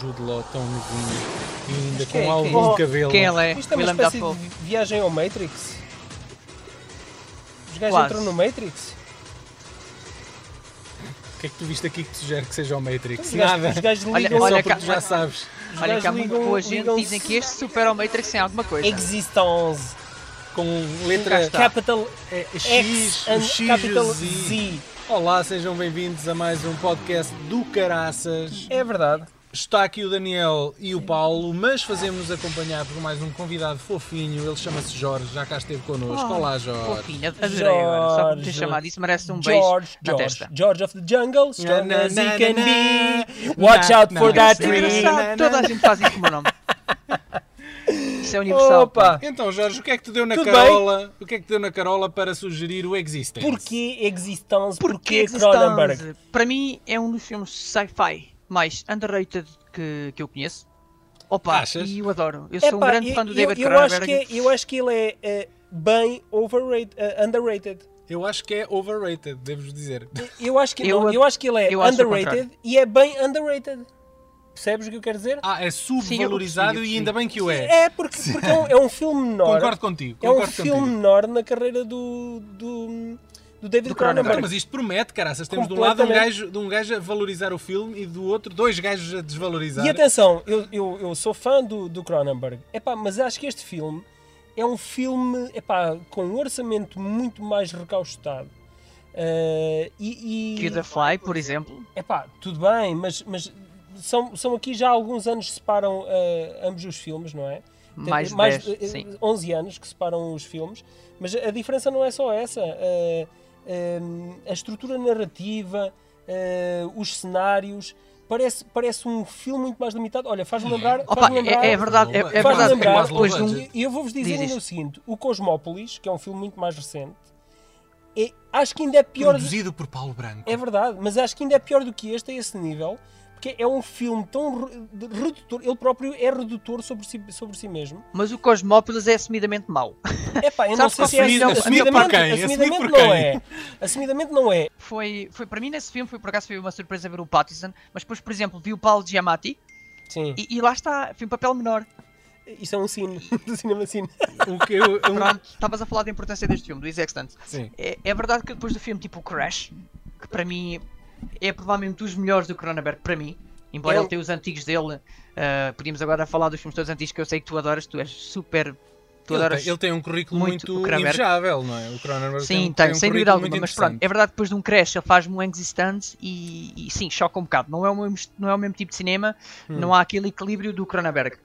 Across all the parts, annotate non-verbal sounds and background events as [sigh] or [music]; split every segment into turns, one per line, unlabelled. Jude Law tão Um novinho e ainda
Mas
com
quem é- quem
algum
é?
Oh,
cabelo.
Quem ele é?
Isto é uma
Willem
espécie
Dafoe.
de viagem ao Matrix. Os gajos
Quase.
entram no Matrix?
O que é que tu viste aqui que te sugere que seja o Matrix?
Os
Nada. É
gajos, os gajos
Olha-
ligam
olha
Só porque
cá-
tu já sabes.
os
Olha
gajos
que há muito
ligam-
boa gente
ligam
que dizem que este supera o Matrix em alguma coisa.
Existence,
Com
Cá
letra
está.
capital eh,
é, é
X,
X, o
and
X, e
capital
o
Z.
Z. Olá, sejam bem-vindos a mais um podcast do Caraças.
É verdade.
Está aqui o Daniel e o Paulo, mas fazemos-nos acompanhar por mais um convidado fofinho. Ele chama-se Jorge, já cá esteve connosco.
Oh,
Olá, Jorge.
Fofinho, adorei agora. Só por me ter
Jorge.
chamado isso merece um beijo
George,
na
George,
testa.
George of the jungle, strong
Na, na,
as he
na,
can
na,
be.
na,
Watch out
na,
for
na,
that
É
tree.
engraçado, toda a gente faz isso
[laughs]
como nome. Isso é universal.
Opa!
Então, Jorge, o que é que te deu na
Tudo
carola? O que é que te deu na carola para sugerir o Existence?
Porquê Existence? Porquê
Porque
Cronenberg?
Cronenberg. Para mim é um dos filmes sci-fi mais underrated que, que eu conheço. Opa,
Achas?
e eu adoro. Eu
É
sou um grande fã do David
eu, acho
Cronenberg.
que, é- eu acho que ele é, eh, bem overrated, eh, underrated.
Eu acho que é overrated, devo dizer.
Eu acho que
Eu
não,
a-
eu acho que ele é
eu acho o
underrated e é bem underrated. Percebes o que eu quero dizer?
Ah, é
Sim,
subvalorizado
eu percebi,
e ainda bem que o é.
É porque, porque é, um, é um filme menor.
Concordo contigo.
é um
Concordo
filme
contigo.
menor na carreira do, do, do David
Então,
Do Cronenberg.
Cronenberg.
mas isto promete, caraças. Temos de um lado um
Completamente.
gajo, de um gajo a valorizar o filme e do outro dois gajos a desvalorizar.
E atenção, eu, eu, eu sou fã do, do Cronenberg, epá, mas acho que este filme é um filme epá, com um orçamento muito mais recaustado. Ah, e, e-
Que o The Fly, por exemplo.
Epá, tudo bem, mas, mas são, são aqui já alguns anos que separam ah, ambos os filmes, não é? Tem
Mais de 10,
eh,
sim.
11 anos que separam os filmes, mas a diferença não é só essa. ah, ah, a estrutura narrativa, ah, os cenários, parece, parece um filme muito mais limitado. Olha, faz-me lembrar.
Opa,
faz-me
é,
lembrar
é verdade, é, é
Faz
verdade.
lembrar,
É quase depois de
low
um
budget.
e eu vou-vos dizer
Diz
ainda
isto.
o seguinte: o Cosmópolis, que é um filme muito mais recente, é- acho que ainda é pior. do-
Produzido por Paulo Branco.
é verdade, mas acho que ainda é pior do que este a esse nível, porque é um filme tão re- de- redutor, ele próprio é redutor sobre si, sobre si mesmo.
Mas o Cosmópolis é assumidamente mau. [laughs]
Epá, eu não
Sabes
sei
qual
se é
foi o melhor-
Assumido por quem?
Assumidamente
Assumido por
não
quem?
é. Assumidamente não é.
Foi, foi, para mim, nesse filme, foi por acaso foi uma surpresa ver o Pattinson. Mas depois, por exemplo, vi o Paulo Giamatti
Sim.
e, e lá está, foi um papel menor.
Isso é um sino, [laughs] do cinema sino.
O que eu, eu-
Pronto, estavas a falar da importância deste filme, do Exextant.
Sim.
É, é verdade que depois do filme tipo Crash, que para mim é provavelmente um dos melhores do Cronenberg, para mim, embora
Eu-
ele tenha os antigos dele, ah, podíamos agora falar dos filmes todos antigos que eu sei que tu adoras, tu és super. Tu
Ele,
adoras.
tem, ele tem um currículo
muito
muito,
o Cronenberg.
invejável, não é? O Cronenberg
Sim,
tem,
tem,
tem um currículo
sem dúvida alguma,
muito
mas pronto, é
interessante.
verdade que depois de um crash ele faz-me um existence e, e sim, choca um bocado. Não é o mesmo, não é o mesmo tipo de cinema,
Hum.
não há aquele equilíbrio do Cronenberg.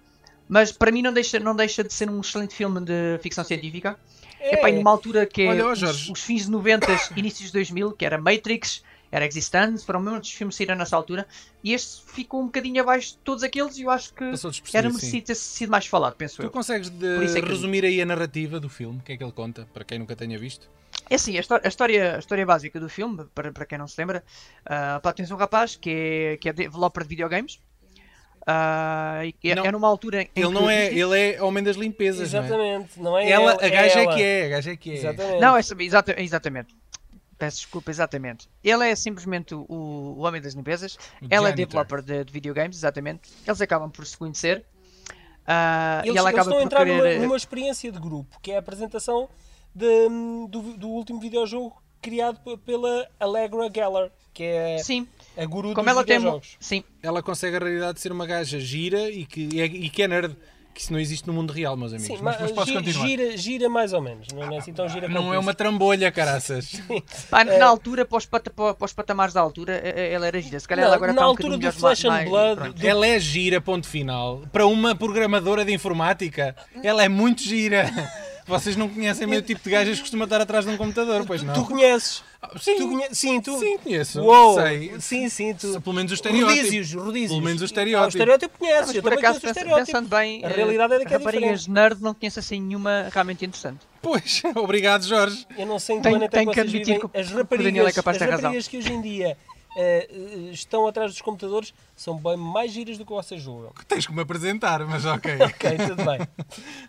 Mas para mim não deixa, não deixa de ser um excelente filme de ficção científica. É pá, e numa altura que é
Olha, ó,
os,
Jorge.
os fins de 90,
[coughs]
inícios de 2000, que era Matrix, era Existence, foram muitos filmes que saíram nessa altura, e este ficou um bocadinho abaixo de todos aqueles e eu acho que
Passou despercebido,
era
sim.
merecido ter sido mais falado, penso
Tu
eu.
consegues de
Por isso é que-
resumir aí a narrativa do filme? O que é que ele conta? Para quem nunca tenha visto.
É assim, a, histó- a história, a história básica do filme, para, para quem não se lembra, ah, pá, tens um rapaz que é, que é developer de videogames, ah, e que é,
Não.
é numa altura em
Ele
que
não é,
existe-
ele é homem das limpezas, não é?
Exatamente, não é
Ela,
ele,
a gaja é,
ela.
que é, a gaja é que é.
Exatamente.
Não, é, sab- exata- exatamente. Peço desculpa, exatamente. Ele é simplesmente o, o homem das limpezas.
O
Ela é
janitor.
developer de, de videogames, exatamente. Eles acabam por se conhecer. Ah,
Eles,
e ela
eles
acaba
estão a
por
entrar
querer. eh,
numa, numa experiência de grupo, que é a apresentação de- do, do último videojogo criado p- pela Allegra Geller, que é
Sim,
a guru
como
dos
ela tem. mo-
videojogos.
Sim,
Ela consegue a realidade de ser uma gaja gira e que, e, é- e que é nerd. Que isso não existe no mundo real, meus amigos.
Sim,
mas, mas
mas
posso
gi-
continuar.
gira, gira mais ou menos, não é assim tão gira
Não
quanto
é uma
isso.
trambolha,
[laughs]
caraças.
Pá,
É.
na altura, para os, pata- para- para os patamares da altura, eh, eh, ela era gira. Se calhar
Não,
ela agora
na
está um
altura
bocadinho
do
melhor,
Flesh and
mais-
Blood,
pronto.
Ela é gira, ponto final. Para uma programadora de informática, ela é muito
[laughs]
gira. Vocês não conhecem o meu tipo de gajas que costuma estar atrás de um computador, pois não?
Tu conheces?
Ah,
sim.
Tu conhe- Sim, tu.
Sim, conheço.
Uou,
Sei.
Sim, sim, tu.
Pelo menos o estereótipo.
Rodízios, rodízios.
Pelo menos o
Ah, o
estereótipo.
estereótipo conheces,
Mas
eu
por
também conheço
acaso,
o
pensa-
estereótipo.
pensando bem,
a
eh,
realidade é que é
raparigas
diferente.
nerd não conheço assim nenhuma realmente interessante.
Pois, [laughs] obrigado, Jorge.
Eu não sei em que
Tenho-
planeta é
tenho
que
que
vocês
admitir
vivem.
que o-
As
que o Daniel é
raparigas,
capaz de
as
ter razão.
raparigas que hoje em dia eh, eh, estão atrás dos computadores são bem mais giras do que vocês julgam.
Que Tens que me apresentar, mas
[laughs]
ok.
Ok, tudo
[laughs]
bem.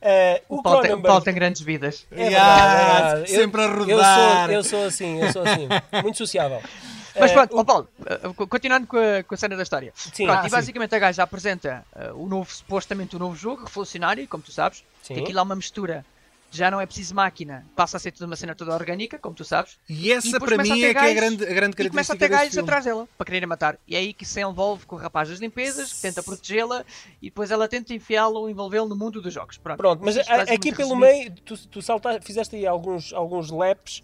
Eh, o
O Paulo, tem, o Paulo
Cronenberg
tem grandes vidas.
Ya,
É verdade, é verdade. Eu-
Ah, sempre a
eu sou-
rodar.
Eu sou, assim, eu sou assim. Muito sociável.
Mas
Eh,
pronto,
o-
ó Paulo, eh, continuando com a, com a cena da história.
Sim.
Pronto,
Ah,
e
sim.
basicamente a gaja apresenta eh, o novo, supostamente o novo jogo, revolucionário, como tu sabes.
Sim.
Que aquilo é uma mistura. Já não é preciso máquina, passa a ser toda uma cena toda orgânica, como tu sabes.
E
E
essa
depois
para
começa
mim
a ter
é que é a
gajos-
grande, a grande
E começa
característica
a ter
desse
gajos
filme.
atrás dela para quererem matar. E é aí que se envolve com o rapaz das limpezas, que tenta protegê-la e depois ela tenta enfiá-lo ou envolvê-lo no mundo dos jogos. Pronto,
Pronto, mas
Isto
a-
basicamente
aqui pelo
resumido.
meio, tu, tu saltaste, fizeste aí alguns, alguns laps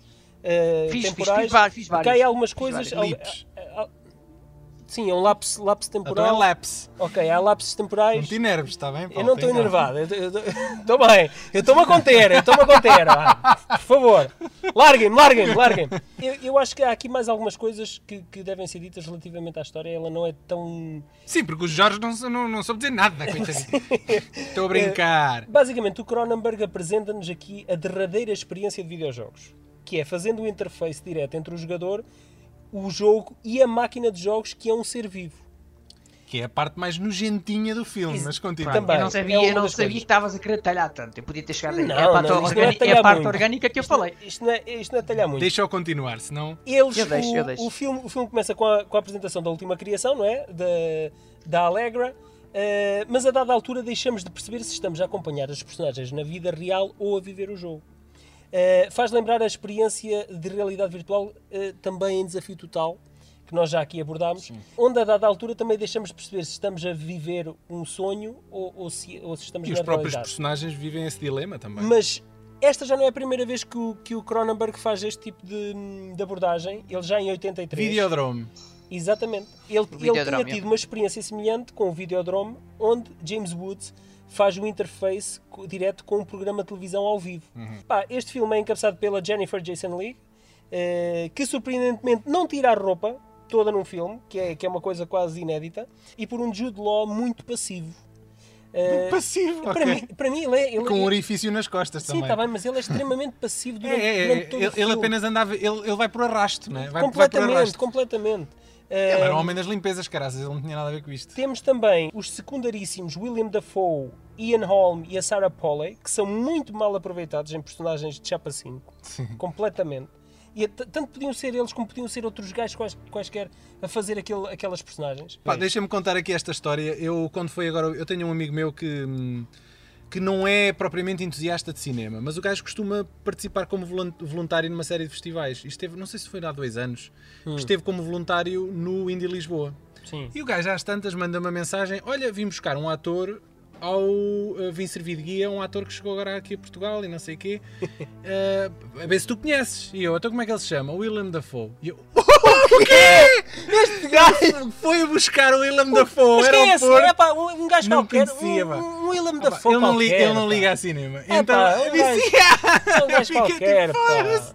eh,
Fiz, fiz,
temporais.
fiz vários, fiz
Porque há aí
vários.
algumas
Fiz
coisas.
vários.
al-
Lips.
a- a- sim, é um lapso, lapso
Então é
temporal.
lapse.
ok, há lapsos
Não então.
temporais.
te enerves, está bem?
Eu
Paulo?
não estou
Tem calma.
enervado. Estou [laughs] bem. Eu estou-me a conter. Eu estou-me a conter. vá. Por favor. Larguem-me, larguem-me, larguem-me. Eu, eu acho que há aqui mais algumas coisas que, que devem ser ditas relativamente à história. Ela não é tão.
Sim, porque o Jorge não, não, não soube dizer nada,
[laughs]
coitadinho. Estou a brincar.
Basicamente, o Cronenberg apresenta-nos aqui a derradeira experiência de videojogos, que é fazendo o interface direto entre o jogador, o jogo e a máquina de jogos, que é um ser vivo.
Que é a parte mais nojentinha do filme,
Isso.
mas continua.
Também.
eu não
é
sabia,
uma
eu não
das
sabia
coisas.
que estavas a querer talhar tanto. Eu podia ter chegado aí.
Não,
é, a parte
não, isto não é
orgânica, é a
talhar
parte
muito.
orgânica que eu
Isto não-
falei.
Isto não é, isto não é talhar muito.
Deixa eu continuar, senão.
Eles,
Eu deixo,
o,
eu deixo.
O, filme, o filme começa com a, com a apresentação da última criação, não é? Da, da Allegra. eh, mas a dada altura deixamos de perceber se estamos a acompanhar as personagens na vida real ou a viver o jogo. Eh, faz lembrar a experiência de realidade virtual eh, também em desafio total, que nós já aqui abordámos, onde a dada altura também deixamos de perceber se estamos a viver um sonho ou, ou se, ou se estamos
E
na
os próprios
realidade.
personagens vivem esse dilema também.
é Mas esta já não é a primeira vez que o, que o Cronenberg faz este tipo de, de abordagem. Ele já em 83.
Videodrome.
Exatamente. Ele, ele tinha
Videodrome,
tido
é.
uma experiência semelhante com o Videodrome, onde James Woods faz o interface co- direto com um programa de televisão ao vivo.
Uhum.
Pá, este filme é encabeçado pela Jennifer Jason Leigh, eh, que surpreendentemente não tira a roupa toda num filme, que é, que é uma coisa quase inédita, e por um Jude Law muito passivo. Eh,
Passivo,
para,
ok.
mim, para mim, ele é. Ele,
Com um orifício nas costas
Sim,
também.
está bem, mas ele é extremamente passivo
É,
durante,
é, é,
durante todo
Ele,
o
ele
filme.
apenas andava. Ele, ele vai por arrasto, né? Vai, É vai por
completamente,
arrasto.
completamente.
Ele era
Ah,
o homem das limpezas, caraças. Ele não tinha nada a ver com isto.
Temos também os secundaríssimos William Dafoe, Ian Holm e a Sarah Polley, que são muito mal aproveitados em personagens de chapa 5. Completamente. E a- t- tanto podiam ser eles como podiam ser outros gajos quais, quaisquer a fazer aquele- aquelas personagens.
Pá, deixa-me contar aqui esta história. Eu, quando foi agora, eu tenho um amigo meu que, hum, que não é propriamente entusiasta de cinema, mas o gajo costuma participar como volun- voluntário numa série de festivais. E esteve, não sei se foi há dois anos, esteve como voluntário no Indie Lisboa.
Sim.
E o gajo às tantas manda uma mensagem: Olha, vim buscar um ator ao. eh, vim servir de guia a um ator que chegou agora aqui a Portugal e não sei o
[laughs]
quê. Eh, a ver se tu conheces. E eu, então como é que ele se chama? Willem Dafoe. E eu, [laughs] o quê? Este gajo foi buscar o Willem Dafoe.
Mas
era
quem é
o
esse?
porco.
É pá, um, um gajo
Não
qualquer,
conhecia,
um,
pá.
um William
Ah, pá,
Dafoe
ele, não liga,
qualquer,
ele não
pá.
liga a cinema.
Ah,
então,
pá, é um
eu disse, [laughs]
É um
eu
gajo
fiquei
qualquer,
tipo,
pá.
"Foda-se."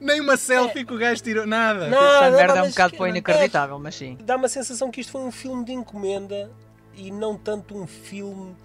nem uma selfie que o gajo tirou, nada.
É. Não,
Esta
não,
merda é
mas
um bocado
que-
pô, inacreditável, mas sim.
dá-me a sensação que isto foi um filme de encomenda e não tanto um filme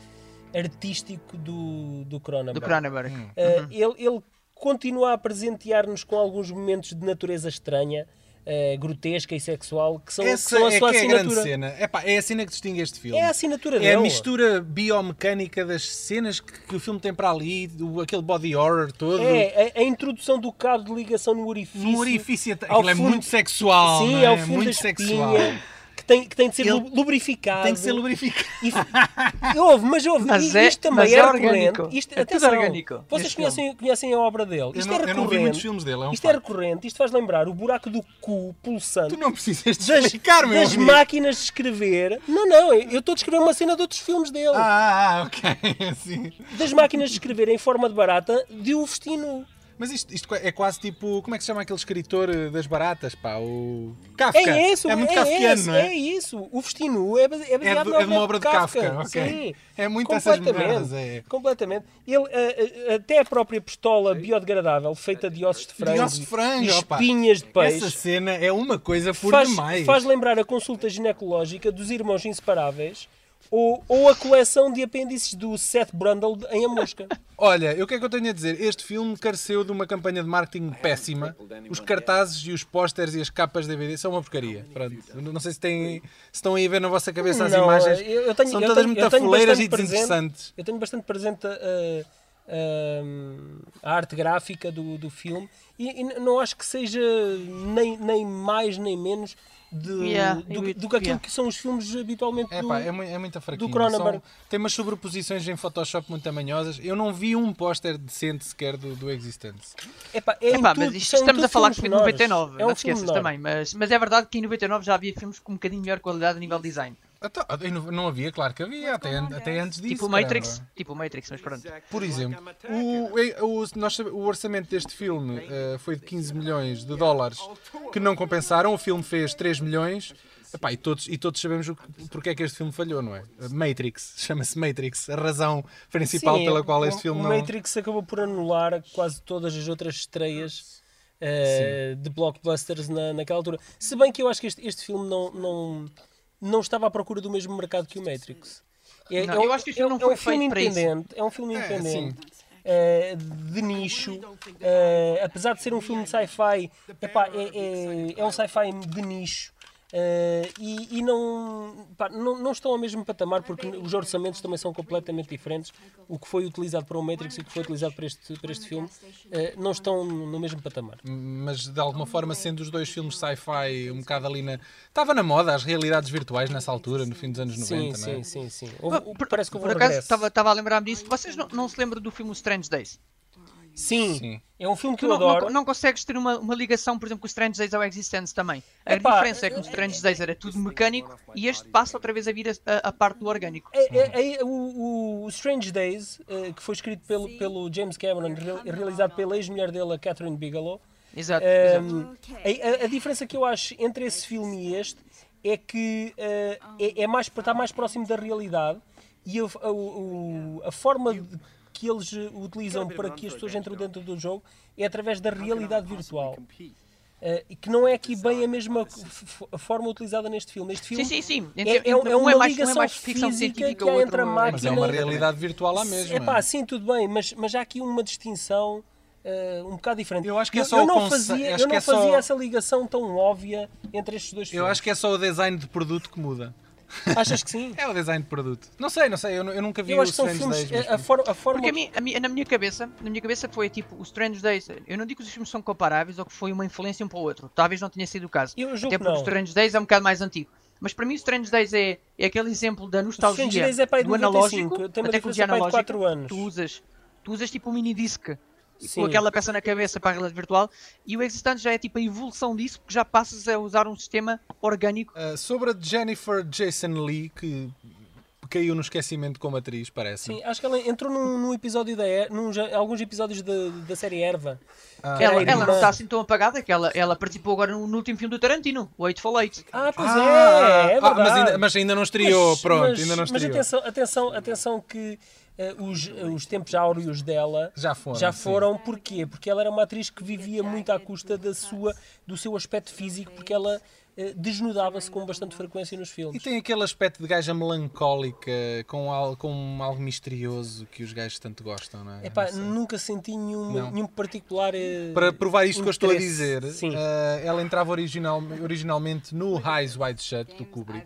artístico do, do Cronenberg.
Do Cronenberg.
Eh, ele, ele continua a presentear-nos com alguns momentos de natureza estranha, eh, grotesca e sexual, que são, que
Essa
são a
é que
sua
é a grande
assinatura.
cena. Epá, é a cena que distingue este filme.
É a assinatura
É
dele.
a mistura biomecânica das cenas que, que o filme tem para ali, do, aquele body horror todo.
É a, a introdução do cabo de ligação no orifício.
no orifício.
ao
Aquilo é
fundo-
muito sexual.
Sim,
não é?
ao fundo
muito
da
sexual.
espinha, que tem, que tem de ser
Ele-
lu- lubrificado.
Tem que ser lubrificado.
E f- houve, mas houve.
Mas
isto
é-
também
mas
é,
é
recorrente.
orgânico.
Isto,
É tudo
atenção,
orgânico
Vocês
neste
conhecem, conhecem a obra dele. Isto
não-
é
eu não vi muitos
recorrente.
filmes dele, é um
Isto é
facto.
recorrente. Isto faz lembrar o buraco do cu pulsante
Tu não precisas de
das,
explicar, meu
das
amigo.
máquinas de escrever. Não, não, eu eu estou a descrever uma cena de outros filmes dele.
Ah, ah, ok. [laughs] Sim.
Das máquinas de escrever em forma de barata de o vestir nu.
Mas isto, isto é quase tipo. Como é que se chama aquele escritor eh, das baratas, pá? O. Kafka.
É isso,
É muito
é
kafkiano,
esse,
não é?
é isso. O vestir nu é base- é
É,
baseado
de,
na
é de uma obra de Kafka, ok.
Sim.
É muito essas
completamente,
merdas, é.
completamente. Ele, a- a- até a própria pistola biodegradável, feita de ossos de frango,
De ossos de frango,
e
opa.
espinhas de peixe,
Essa cena é uma coisa por
faz,
demais.
faz lembrar a consulta ginecológica dos irmãos inseparáveis ou, ou a coleção de apêndices do Seth Brundle em A Mosca.
Olha, eu- o que é que eu tenho a dizer? Este filme careceu de uma campanha de marketing péssima. Os cartazes e os pósteres e as capas de DVD são uma porcaria. Pronto. Não sei se, têm, se estão aí a ver na vossa cabeça as
Não,
imagens.
eu- eu tenho-
são
eu
todas
tenho- eu
muito
tenho
afoleiras
bastante
e desinteressantes.
Eu tenho bastante presente a, hum, a arte gráfica do, do filme e, e não acho que seja nem, nem mais nem menos de,
Yeah,
do,
eu-
do que aquilo
yeah.
que são os filmes habitualmente
É
do-
pá, é, mui- é muito fraquinho.
do Cronenberg.
São- Tem umas sobreposições em Photoshop muito tamanhosas. Eu não vi um póster decente sequer do, do Existence.
Epá, é em
Epá,
tudo-
mas isto
são em
estamos
tudo
a falar
filmes
que de
menores.
99,
É um
não te
filme
esqueças
menor.
também, mas, mas é verdade que em 99 já havia filmes com um bocadinho melhor qualidade a nível design.
Até- Então, eu não- não havia, claro que havia, até, an- até antes disso.
é
tipo o Matrix,
caramba.
tipo o Matrix, mas pronto.
Por exemplo, o, o, nós sabe- o orçamento deste filme eh, foi de 15 milhões de dólares que não compensaram. O filme fez 3 milhões. Epá, e, todos, e todos sabemos o, que- porque é que este filme falhou, não é? Matrix, [laughs] chama-se Matrix, a razão principal
Sim,
pela qual
o-
este filme
o
não.
Matrix acabou por anular quase todas as outras estreias eh, de blockbusters na, naquela altura. Se bem que eu acho que este, este filme não, não, não estava à procura do mesmo mercado que o Matrix. É,
Não,
é um-
eu acho que este
é um-
não
é um
foi
filme
feito para isso.
independente. É um filme
É,
independente. eh, de nicho, eh, apesar de ser um filme de sci-fi, epá, é, é, é um sci-fi de nicho eh, e, e não, pá, não, não estão ao mesmo patamar porque os orçamentos também são completamente diferentes. O que foi utilizado para o Matrix e o que foi utilizado para este, para este filme eh, não estão no mesmo patamar.
mas de alguma forma sendo os dois filmes sci-fi um bocado ali na... Estava na moda as realidades virtuais nessa altura, no fim dos anos 90,
Sim,
não é?
sim, sim, sim. Houve-
Ah, Por-
parece que houve um
Por acaso
regresso.
estava estava a lembrar-me disso. Vocês não, não se lembram do filme Strange Days?
Sim,
Sim.
é um filme que
Tu
eu
não, não,
adoro.
não consegues ter uma, uma ligação, por exemplo, com o Strange Days ao Existence também. A
Epá,
diferença é que o Strange Days era tudo mecânico e este passa outra vez a vir a, a- a parte do orgânico.
É- é- é- o, o Strange Days, eh, que foi escrito pelo, pelo James Cameron real- e realizado pela ex-mulher dele, a Catherine Bigelow,
Exato,
eh,
exato.
a, a- a diferença que eu acho entre esse filme e este é que eh, é, é mais, está mais próximo da realidade e a, a- o- a forma de- que eles eh, utilizam para que as pessoas entrem dentro do jogo é através da realidade virtual. eh, e que não é aqui bem a mesma f- f- forma utilizada neste filme. Este filme
Sim, sim, sim.
é, é,
Então,
um- é
um
uma
mais- um
ligação
mais
física que
o
há
outro
entre a
é-
Mas é uma
Aquilo é-
realidade virtual à
É
mesma.
pá, sim, tudo bem, mas, mas há aqui uma distinção eh, um bocado diferente.
Eu acho que é só
eu
o
não
conce-
fazia,
acho
eu
que
não
é só-
fazia essa ligação tão óbvia entre estes dois
Eu
filmes.
acho que é só o design de produto que muda.
Achas que sim?
É o design de produto. Não sei, não sei, eu, nu- [laughs] eu nunca vi
eu acho
o
que são
Strange
filmes. eh, é,
Days, mas
a, a for- a forma.
Porque a mim, a mim- na minha cabeça, na minha cabeça foi tipo, o Strange Days, eu não digo que os filmes são comparáveis ou que foi uma influência um para o outro, talvez não tenha sido o caso.
Eu julgo que
Até porque o
não.
Strange Days é um bocado mais antigo. Mas para mim o Strange Days é, é aquele exemplo da
O Strange
nostalgia
Days é para aí de
do
95,
analógico,
tem uma
até que
diferença para
o
aí de
analógico,
quatro anos.
tu usas, tu usas tipo um mini disc
Sim.
com aquela peça na cabeça para a realidade virtual e o Existence já é tipo a evolução disso porque já passas a usar um sistema orgânico.
Uh, sobre a Jennifer Jason Lee, que caiu no esquecimento como atriz, parece.
Sim, acho que ela entrou num, num episódio da Er- num ja- alguns episódios da, da série Erva.
Ah.
Que era a
Ela, ela não
irmã-
está assim tão apagada que ela, ela participou agora no, no último filme do Tarantino, o Eightful Eight.
Ah, pois
Ah,
é, é
ah,
verdade.
mas, ainda, mas ainda não estreou,
Mas-
pronto,
mas-
ainda não
Mas
estreou.
atenção, atenção, atenção que eh, os, os tempos áureos dela
Já foram,
Já
sim.
foram porquê? Porque ela era uma atriz que vivia muito à custa da sua, do seu aspecto físico, porque ela eh, desnudava-se com bastante frequência nos
E
filmes.
tem aquele aspecto de gaja melancólica, com, al, com algo misterioso que os gajos tanto gostam, não é?
Epá,
Não sei.
nunca senti nenhum,
Não.
nenhum particular. eh,
Para provar isto que eu estou a
interesse.
dizer,
Sim.
eh, ela entrava original, originalmente no Eyes Wide Shut do Kubrick,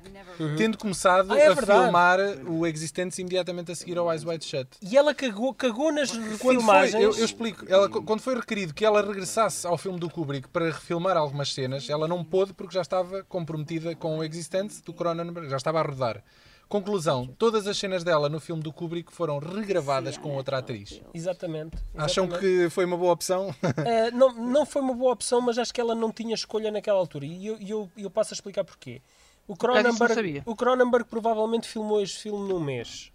tendo começado
Ah, é
a
verdade.
filmar o Existence imediatamente a seguir ao Eyes Wide Shut.
E ela cagou, cagou nas
Quando foi,
filmagens.
eu, eu explico, ela, co- quando foi requerido que ela regressasse ao filme do Kubrick para refilmar algumas cenas, ela não pôde porque já estava comprometida com o Existence do Cronenberg, já estava a rodar. Conclusão, todas as cenas dela no filme do Kubrick foram regravadas com outra atriz.
Exatamente.
Acham
exatamente.
que foi uma boa opção?
Uh, não, não foi uma boa opção, mas acho que ela não tinha escolha naquela altura. E eu, e eu, e eu passo a explicar porquê. O
acaso isso não
Cronenberg,
sabia.
o Cronenberg provavelmente filmou este filme
[laughs]
num mês.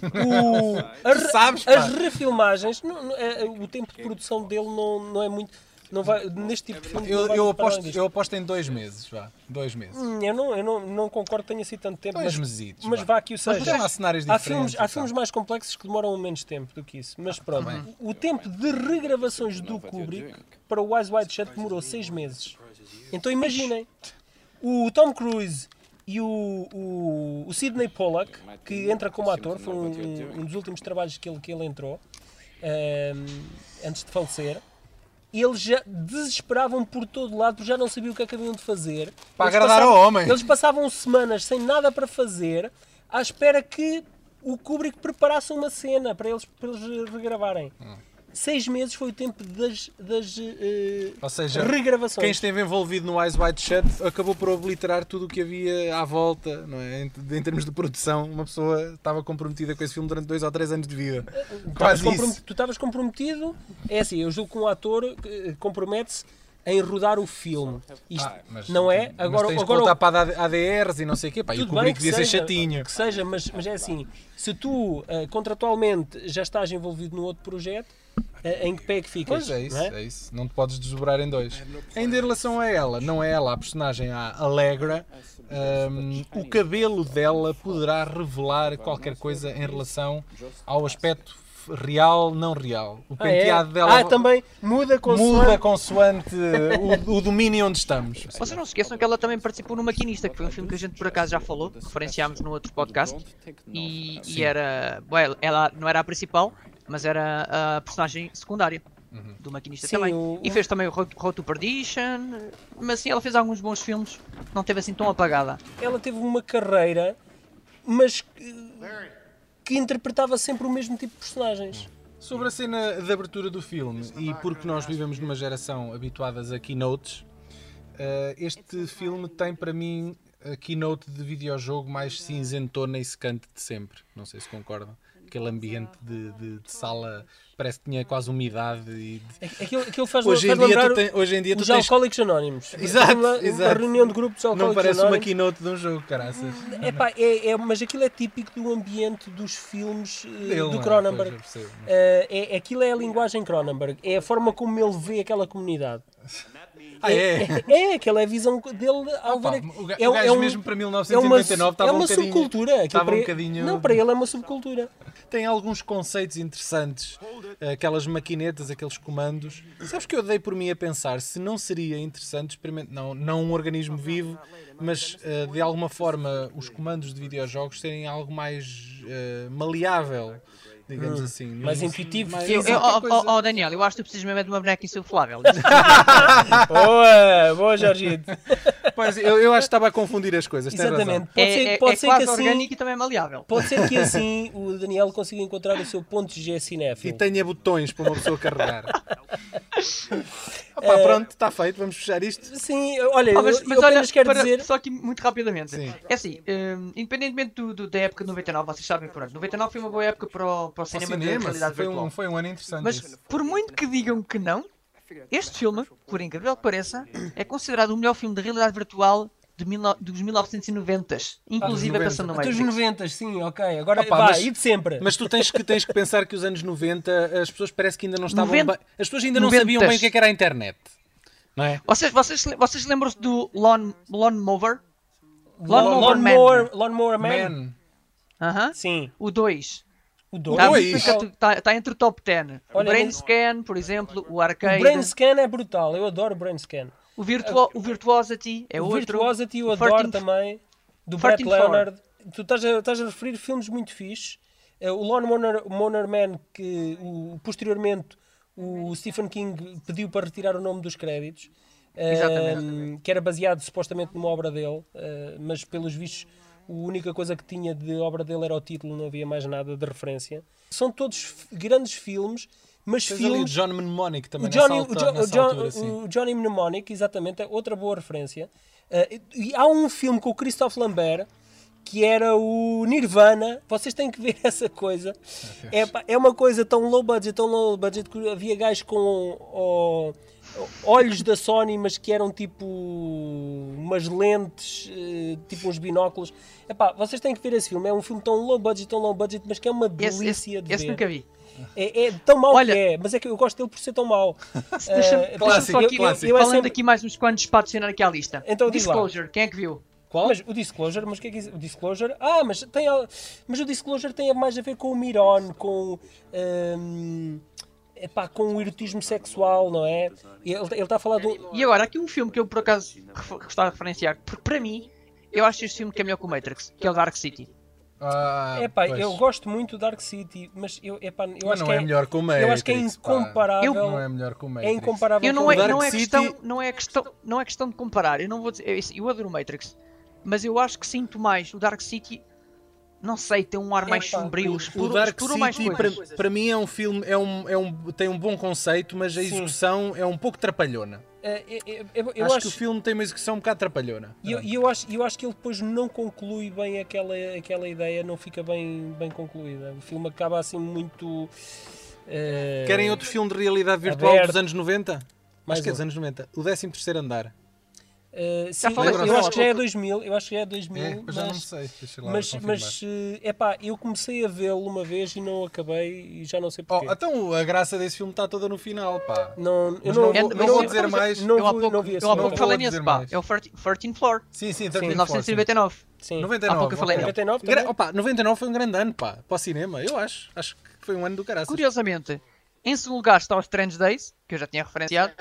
O- a re-
sabes,
as
pá.
refilmagens, não- não- é- é- o tempo de produção dele não, não é muito. Não vai, neste tipo de filme, não
Eu,
vai
eu,
muito para além
aposto,
disto.
eu aposto em dois meses, vá. Dois meses.
Hum, eu não, eu não, não concordo que tenha sido tanto tempo,
Dois
mas,
mesitos,
mas
Então vá.
vá que o seja.
já há cenários
Há
diferentes
filmes,
e
há
tal.
filmes mais complexos que demoram menos tempo do que isso, mas pronto. O o tempo de regravações do Kubrick para o Wise Wide Shut demorou seis meses. Então imaginem, o Tom Cruise e o, o, o Sidney Pollack, que entra como ator, foi um, um dos últimos trabalhos que ele, que ele entrou, ehm, antes de falecer, eles já desesperavam por todo lado, porque já não sabiam o que é que haviam de fazer.
Para
Eles
agradar ao homem.
Eles passavam semanas sem nada para fazer, à espera que o Kubrick preparasse uma cena para eles, para eles regravarem.
Hum.
Seis meses foi o tempo das, das eh,
Ou seja,
regravações.
quem esteve envolvido no Eyes Wide Shut acabou por obliterar tudo o que havia à volta, não é? Em, em termos de produção, uma pessoa estava comprometida com esse filme durante dois ou três anos de vida.
Estavas
Quase
comprom-
isso.
Tu estavas comprometido. É assim, eu julgo que um ator eh, compromete-se em rodar o filme. Isto
Ah, mas-
não é?
mas
Agora,
tens de
agora
voltar para ADRs e não sei o quê. Pá, e o
tudo bem
Kubrick devia ser chatinho.
Que seja, mas, mas é assim, se tu eh, contratualmente já estás envolvido num outro projeto, eh, em que pé é que ficas?
Pois é isso,
não
é? isso. Não te podes desdobrar em dois. Ainda em relação a ela, não é ela, a personagem, a Allegra, hum, o cabelo dela poderá revelar qualquer coisa em relação ao aspecto real, não real. O
Ah, é?
penteado dela
Ah, também muda com
muda consoante o, o domínio onde estamos.
Vocês não se esqueçam que ela também participou no Maquinista, que foi um filme que a gente por acaso já falou, referenciámos no outro podcast. E, e era. bom, ela- ela não era a principal, mas era a personagem secundária do Maquinista
Sim,
também.
o-
E fez também o Road, Road to Perdition, mas assim ela fez alguns bons filmes, não teve assim tão apagada.
Ela teve uma carreira, mas que, que interpretava sempre o mesmo tipo de personagens.
Sobre a cena de abertura do filme, e porque nós vivemos numa geração habituadas a keynotes, eh, este filme tem para mim a keynote de videojogo mais cinzentona e secante de sempre. Não sei se concordam. Aquele ambiente de, de- de sala parece que tinha quase umidade. E de-
Aquilo, aquilo é faz,
Hoje, em
faz
dia
lembrar
tu ten- hoje em dia tu
os
tens.
alcoólicos anónimos.
Exato,
uma, uma
exato.
reunião de grupos
Não
alcoólicos
parece uma
anónimos.
keynote de um jogo, caraças.
Epá, é, é, mas aquilo é típico do ambiente dos filmes eh,
Ele, não é?
do
Pois,
Cronenberg.
eu percebo.
Eh, é, aquilo é a linguagem Cronenberg, é a forma como ele vê aquela comunidade.
Ah, é?
É, aquela é a visão dele ao
Pá,
ver.
o ga-
é,
o gajo
um-
mesmo para
é uma,
1999 estava
é uma
um bocadinho-
subcultura. aquilo
estava
para
um
ele-
bocadinho-
Não, para ele é uma subcultura.
tem alguns conceitos interessantes, aquelas maquinetas, aqueles comandos. Sabes que eu dei por mim a pensar se não seria interessante experimentar, não, não um organismo vivo, mas eh, de alguma forma os comandos de videojogos serem algo mais eh, maleável, digamos assim.
Mais
Não-
intuitivo.
mais-
Eu-
Eu,
Exato,
oh,
é coisa-
oh, oh, Daniel, eu acho que tu precisas mesmo é de uma
[laughs]
boneca insuflável.
boa, boa, Jorgito.
Pois, eu, eu acho que estava a confundir as coisas. tem razão.
Exatamente. Pode
É,
ser,
é, é
pode
quase
ser que assim.
orgânico e também maleável.
Pode ser que assim o Daniel consiga encontrar o seu ponto G
E
cinéfilo.
tenha botões para uma pessoa
[laughs]
carregar.
Eh,
Opa, pronto, está feito, vamos fechar isto.
Sim, olha,
Ah, mas,
eu,
mas
eu
olha,
apenas quero
para-
dizer.
só aqui muito rapidamente.
Sim.
É assim, hum, independentemente do, do- da época de 99, vocês sabem por onde. 99 foi uma boa época para o, para o
Ao
cinema, de
cinema,
realidade
foi
virtual.
um, foi um ano interessante.
Mas
esse.
por muito que digam que não, este filme, por incrível que pareça, é considerado o melhor filme de realidade virtual de mil no- dos 1990s, inclusive
90.
passando no
Dos
Matrix.
90, sim, ok. Agora
Opa,
vá,
mas-
e de sempre.
Mas tu tens que, tens que pensar que os anos 90 as pessoas parece que ainda não estavam
Noventa-
bem. As pessoas ainda não
Noventas.
sabiam bem o que, é que era a internet. Não é?
Vocês, vocês, vocês lembram-se do Lawn, lawn Mower?
Lon-
Lawnmower Man.
Lawnmower Lawnmower Man.
Man.
Aham.
Sim,
O 2.
o é
Está
Dois?
dois
tá, entre o top 10. O
Olha,
Brain
mas-
Scan, por exemplo, o Arcade.
O Brain Scan é brutal, eu adoro o Brain Scan.
O, virtuo, o Virtuosity é
o
outro.
Virtuosity eu
O
adoro
13
também. Do Brett
13
Leonard. Tu estás a, estás a referir filmes muito fixes. Eh, O Lon Moner, Moner Man, que o, posteriormente o Stephen King pediu para retirar o nome dos créditos. eh,
Exatamente.
que era baseado supostamente numa obra dele, eh, mas pelos vistos a única coisa que tinha de obra dele era o título, não havia mais nada de referência. São todos f- grandes filmes, mas
Tens ali o
filmes
John Mnemonic também
o Johnny,
nessa,
o,
altura,
Jo- o
nessa
Jo-
altura, sim.
o Johnny Mnemonic, exatamente, é outra boa referência. Eh, e e há um filme com o Christophe Lambert que era o Nirvana. Vocês têm que ver [laughs] essa coisa. É, pá, é uma coisa tão low budget, tão low budget que havia gajos com ó, olhos da Sony, mas que eram tipo umas lentes, eh, tipo uns binóculos. Epá, vocês têm que ver esse filme. É um filme tão low budget, tão low budget, mas que é uma
Esse,
delícia
esse,
de
esse
ver.
nunca vi.
É, é tão mau
Olha-
que é, mas é que eu gosto dele por ser tão mau.
[laughs] Deixa-me
Eh,
deixa-me
clássico,
só aqui,
clássico.
eu é
falando
sempre-
aqui mais uns quantos para adicionar aqui à lista.
Então diz lá.
Disclosure, quem é que viu?
Qual? Mas o Disclosure, mas o que é que isso- o Disclosure? Ah, mas tem al- mas o Disclosure tem mais a ver com o Miron, com hum, epá, com o erotismo sexual, não é? Ele ele está a falar do
E agora, aqui um filme que eu por acaso refer- gostava de referenciar, porque para mim, eu acho este filme que é melhor que o Matrix, que é o Dark City.
Ah,
Epá,
pois.
eu gosto muito do Dark City, mas eu, epá, eu
Mas
acho
não
que
é melhor que o
Eu acho que é
Matrix, pá.
incomparável.
Não é melhor que o
é
Matrix.
incomparável.
Eu não
com
é,
o Dark
não é
City-
questão, não é questão, não é questão de comparar. Eu não vou dizer, eu, eu adoro o Matrix, mas eu acho que sinto mais o Dark City não sei, tem um ar mais
Epá,
sombrio,
o- o
O
explorou,
Dark
explorou mais
City,
coisas.
para, para mim, é um filme, é um, é um, tem um bom conceito, mas a
Sim.
execução é um pouco trapalhona.
Eh, eh, eh, eu, eu
acho,
acho
que o filme tem uma execução um bocado trapalhona.
E eu, e eu acho, e eu acho que ele depois não conclui bem aquela, aquela ideia, não fica bem, bem concluída. O filme acaba assim muito. eh,
Querem outro filme de realidade virtual dos
aberto.
anos 90?
Mais
acho que é
um.
dos anos 90. O 13 terceiro andar.
eh, sim,
falei
eu,
sobre
acho
isso.
que já é 2000, eu acho que já é 2000,
É, mas
mas,
já não sei. Deixa lá
mas,
confirmar.
mas eh, epá, eu comecei a vê-lo uma vez e não acabei e já não sei
Oh,
porquê.
então a graça desse filme está toda no final, pá.
não, eu
mas
não,
não
eu
vou-
não
não vou
vi-
dizer mais.
Não,
eu há
vi-
pouco,
não vi esse
eu há
filme.
não
pouco falei
vou
nesse
dizer
pá,
mais.
é o 13 13th Floor,
Sim, sim, 13th
de
Floor, sim.
1999.
Sim.
99.
Há pouco eu falei
ok.
nele.
99
Gra-
também?
opa, 99 foi um grande ano, pá, para o cinema, eu acho. Acho que foi um ano do caraças.
Curiosamente, em segundo lugar está o Strange Days, que eu já tinha referenciado,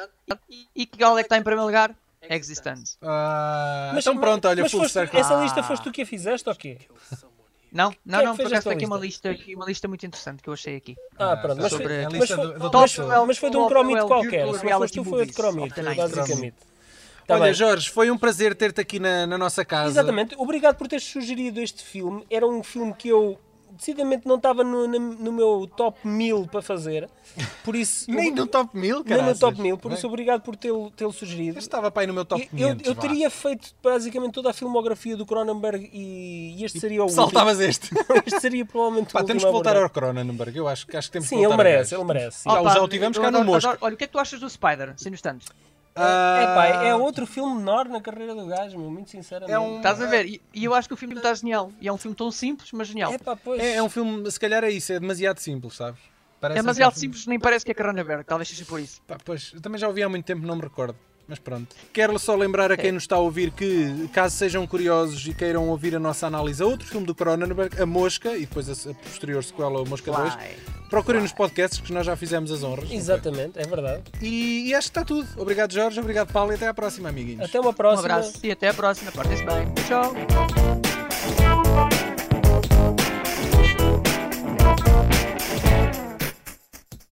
e- e que gala é que está em primeiro lugar? Existence.
Ah, então pronto, olha,
mas
full
foste-
circle.
Essa lista foste tu que a fizeste ou quê?
Não, não,
que
não, por
fez
acaso
esta
foi aqui uma lista, aqui uma lista muito interessante que eu achei aqui.
Ah, pronto, mas
sobre
foi,
a
mas,
lista
foi,
do- do
mas,
Top
mas foi de um
Ten.
cromito
Well,
qualquer.
virtual
Se não foste
reality
tu, foi de
movies
cromito,
of the night.
basicamente. Tá
Olha,
bem.
Jorge, foi um prazer ter-te aqui na, na nossa casa.
Exatamente, obrigado por teres sugerido este filme. Era um filme que eu decididamente não estava no, na- no meu top 1000 para fazer, por isso.
[laughs] Nem no top 1000,
nem
cara.
no top 1000, por isso obrigado por tê-lo tê sugerido.
estava para aí tá no meu top
Eu- Eu,
500.
eu
vá.
teria feito basicamente toda a filmografia do Cronenberg e, e este seria o
Saltavas
[laughs]
este.
último. Este seria provavelmente o
Pá,
último
temos
a
que voltar
abordar.
ao Cronenberg. Eu acho que acho que temos
Sim,
que voltar
ele
ao
merece,
gajo.
ele merece. sim.
Já o-
Opa,
já o tivemos
eu
cá no
adoro-
Mosca.
adoro- Olha, o que é que tu achas do Spider, sem nos tantos?
É, pá, é
Ah,
outro filme menor na carreira do gajo, meu, muito sinceramente.
É um-
Estás a ver? E, e eu acho que o filme está genial. E é um filme tão simples, mas genial.
É pá, pois.
É, é um filme, se calhar é isso, é demasiado simples, sabes? Parece
É demasiado
aquele filme-
simples, nem parece que é Cronenberg, talvez seja por isso.
Pá, pois, eu também já ouvi há muito tempo, não me recordo. Mas pronto. Quero só lembrar a quem nos está a ouvir que, caso sejam curiosos e queiram ouvir a nossa análise a outro filme do Cronenberg, A Mosca, e depois a, a posterior sequela, A Mosca 2,
Vai.
procurem nos podcasts que nós já fizemos as honras. não
Exatamente, é verdade.
foi? E, e acho que está tudo. Obrigado, Jorge. Obrigado, Paulo. E até à próxima, amiguinhos.
Até uma
Um
próxima.
abraço e até à próxima. Portem-se bem. Tchau.